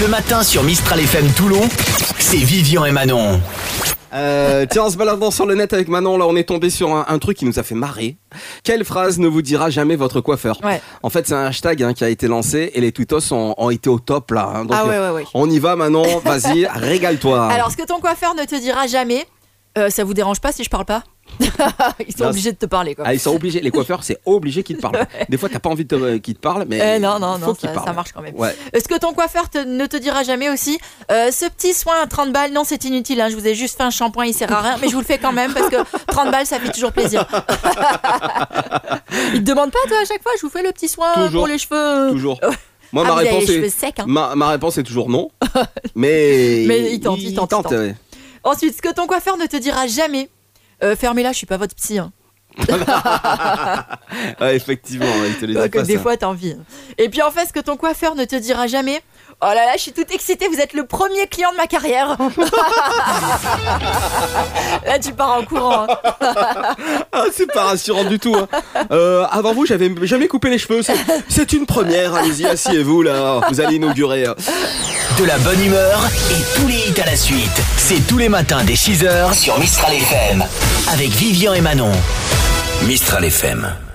Le matin sur Mistral FM Toulon, c'est Vivian et Manon. Euh, tiens, en se baladant sur le net avec Manon, là, on est tombé sur un, un truc qui nous a fait marrer. Quelle phrase ne vous dira jamais votre coiffeur Ouais. En fait, c'est un hashtag hein, qui a été lancé et les tweetos ont, ont été au top là. hein. Donc, Ah ouais, euh, ouais, ouais. On y va, Manon. Vas-y, régale-toi. Alors, ce que ton coiffeur ne te dira jamais, euh, ça vous dérange pas si je parle pas Ils sont Non, obligés de te parler, quoi. Ah, ils sont obligés. Les coiffeurs, c'est obligé qu'ils te parlent. Des fois, t'as pas envie de te- euh, qu'ils te parlent, mais Eh, non, non, il faut non, qu'ils ça, parlent. ça marche quand même. Ouais. Euh, Ce que ton coiffeur te- ne te dira jamais aussi, euh, ce petit soin à 30 balles, non, c'est inutile, hein, je vous ai juste fait un shampoing, il sert à rien, mais je vous le fais quand même parce que 30 balles, ça fait toujours plaisir. il te demande pas, toi, à chaque fois, je vous fais le petit soin euh, Toujours. pour les cheveux. Toujours. Ouais. Moi, Ah, ma vous avez réponse les cheveux est. secs, hein. Ma, ma réponse est toujours non. Mais. Mais ils tentent, ils tentent, ils tentent. ouais. Ensuite, ce que ton coiffeur ne te dira jamais, euh, fermez-la, je suis pas votre psy. hein. Ouais, effectivement, ouais, ils te les disent Quoique, pas, des ça. fois, t'as envie. hein. Et puis, en fait, ce que ton coiffeur ne te dira jamais, oh là là, je suis toute excitée, vous êtes le premier client de ma carrière. là, tu pars en courant. hein. Ah, c'est pas rassurant du tout. hein. Euh, avant vous, j'avais jamais coupé les cheveux. C'est- C'est une première. Allez-y, asseyez-vous là. Vous allez inaugurer. hein. De la bonne humeur et tous les hits à la suite. C'est tous les matins dès 6h sur Mistral FM. Avec Vivian et Manon. Mistral FM.